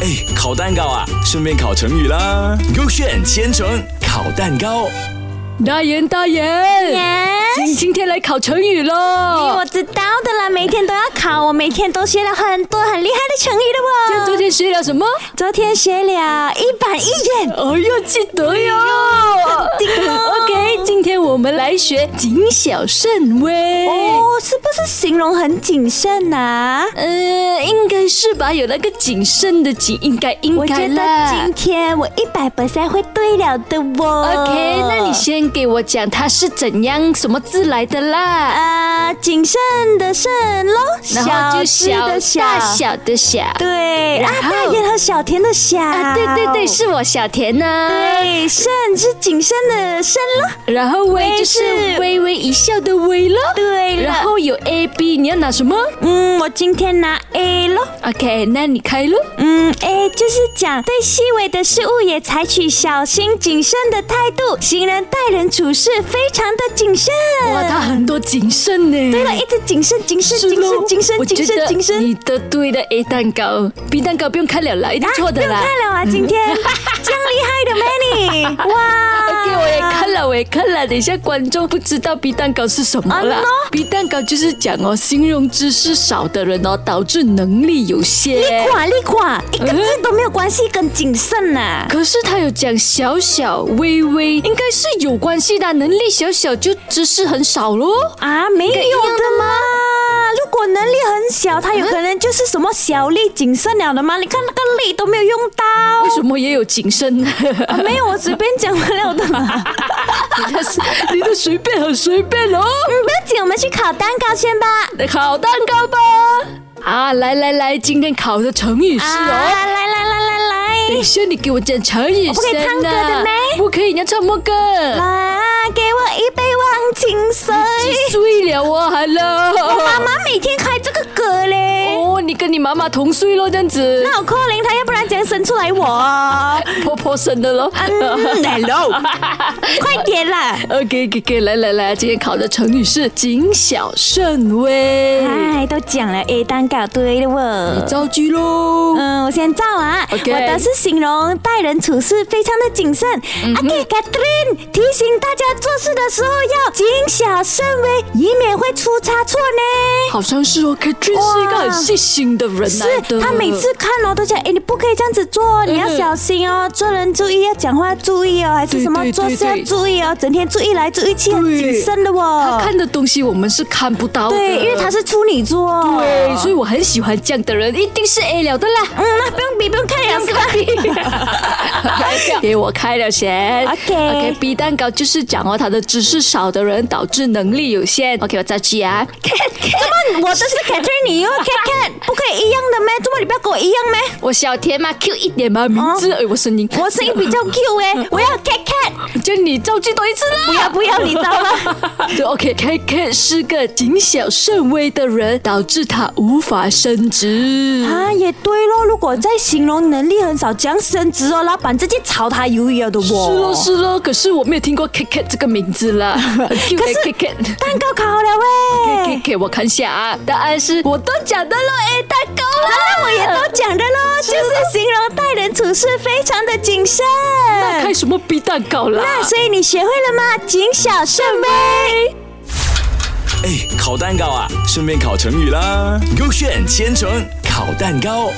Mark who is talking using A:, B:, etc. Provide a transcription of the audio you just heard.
A: 哎，烤蛋糕啊，顺便烤成语啦。勾选千层烤蛋糕，
B: 大言大言，
C: 耶，
B: 今今天来考成语喽
C: 我。知道的啦，每天都要考，我每天都学了很多很厉害的成语的
B: 昨
C: 哦。
B: 天学了什么？
C: 昨天学了一板一眼，
B: 哦，要记得哟。OK，今天我们来学谨小慎微。
C: 哦，是不是形容很谨慎啊呐、
B: 呃，应该是吧，有那个谨慎的谨，应该应
C: 我
B: 该
C: 觉得
B: 啦
C: 今。天我一百本赛会对了的哦。
B: OK，那你先给我讲它是怎样什么字来的啦，
C: 呃，谨慎的慎喽，
B: 然后就
C: 只
B: 小
C: 的小，
B: 大小的小。
C: 对啊，
B: 然后
C: 大眼和小田的小，
B: 啊，对对对，是我小田啊呢、
C: 对，慎是谨慎的慎喽，
B: 然后微
C: 微
B: 就是
C: 是
B: 微微一笑的微了。
C: 对了，
B: 然后有 A B，你要拿什么
C: 嗯，我今天拿 A 咯。
B: ？OK，那你开喽。
C: 嗯，A 就是讲对细微的事物也采取小心谨慎的态度，行人待人处事非常的谨慎。
B: 哇，他很多谨慎呢。
C: 嗯对了，一直谨慎，谨慎，
B: 是
C: 谨
B: 咯
C: 慎，谨
B: 我觉
C: 慎，谨
B: 得
C: 慎，谨慎。
B: 你的对的 A 蛋糕，B 蛋糕不用看了啦，一定错的
C: 啊不用
B: 啦。
C: 看 了啊，今天这样厉害的咩你？ 哇
B: OK，我也看了，我也看了。等一下，观众不知道 B 蛋糕是什么啦
C: 啊。
B: B 蛋糕就是讲哦，形容知识少的人哦，导致能力有限。
C: 垮力垮，一个字都没有关系，跟谨慎啊呐、
B: 可是他有讲小小微微，应该是有关系的啊，能力小小就知识很少咯。
C: 啊。没有的嘛。如果能力很小，他有可能就是什么小力谨慎了的嘛。你看那个力都没有用到，
B: 为什么也有谨慎？你
C: 没有我随便讲完了的嘛。
B: 的是 你的随便很随便哦。
C: 嗯，不要紧，我们去烤蛋糕先吧。
B: 烤蛋糕吧！啊，来来来，今天烤的成语是哦。
C: 啊，来来来来
B: 等一
C: 来，
B: 下，你给我讲成语
C: 我不可以
B: 先
C: 唱歌
B: 啊
C: 的咩
B: 不可以，你要唱么歌？
C: 啊，给我一杯忘情水。
B: 几岁了哦
C: 妈
B: ，Hello。
C: 妈每天开这个歌嘞。
B: 哦，你跟你妈妈同岁咯，这样子，
C: 那我 c a 他，要不然怎样生出来我？
B: 婆婆生的咯。
C: 嗯，hello，快点啦！
B: OK OK OK，来来来，今天考的成语是谨小慎微，
C: 哎，都讲了 A 蛋糕对了我。
B: 造句喽。
C: 嗯，我先照啊。
B: OK
C: 我的是形容待人处事非常的谨慎。OK，Catherine 提醒大家做事的时候要谨小慎微，以免会出差错呢。
B: 好像是哦，Katrin
C: 哇
B: 是一个很细心的人来的。嗯
C: 是他每次看哦都讲，哎，你不可以这样子做哦，你要小心哦，做人注意，要讲话注意哦，还是
B: 对
C: 什么
B: 对
C: 做
B: 对
C: 事要
B: 对
C: 注意哦，整天注意来注意去，很
B: 对
C: 谨慎的
B: 他
C: 哦。
B: 看的东西我们是看不到的，
C: 对，因为他是处女座。
B: 对，所以我很喜欢这样的人，一定是 A 了的 啦。
C: 嗯，那不用比，不用看了，是吧？
B: 给我开了先
C: OK
B: OK，B 蛋糕就是讲哦，他的知识少的人导致能力有限。OK，我再去啊。
C: 怎么我的是 Catherine，你又 Cat Cat，不可以一样的咩？怎么你不要跟我一样咩？
B: 我小田嘛，Q 一点嘛，名字，哎，我声音，
C: 哦我声音比较 Q 哎，我要 Cat Cat，
B: 就你造句多一次啦。
C: 不要不要，你知道吗？
B: 对，OK，K K 是个谨小慎微的人，导致他无法升职。
C: 啊，也对咯，如果在形容能力很少，讲升职哦，老板直接炒他鱿鱼了的
B: 是咯
C: 我。
B: 是咯，可是我没有听过 K K 这个名字 啦。Q
C: 可是
B: K K。
C: 蛋糕烤好了
B: K
C: 喂，
B: K，我看一下啊，答案是我都讲的了，A 蛋糕啦，我
C: 啊也都讲的咯，就是形容待人处事非常的谨慎。
B: 开什么 B 蛋糕啦？
C: 那所以你学会了吗？谨小慎微。
A: 哎，烤蛋糕啊，顺便烤成语啦。勾选千层烤蛋糕。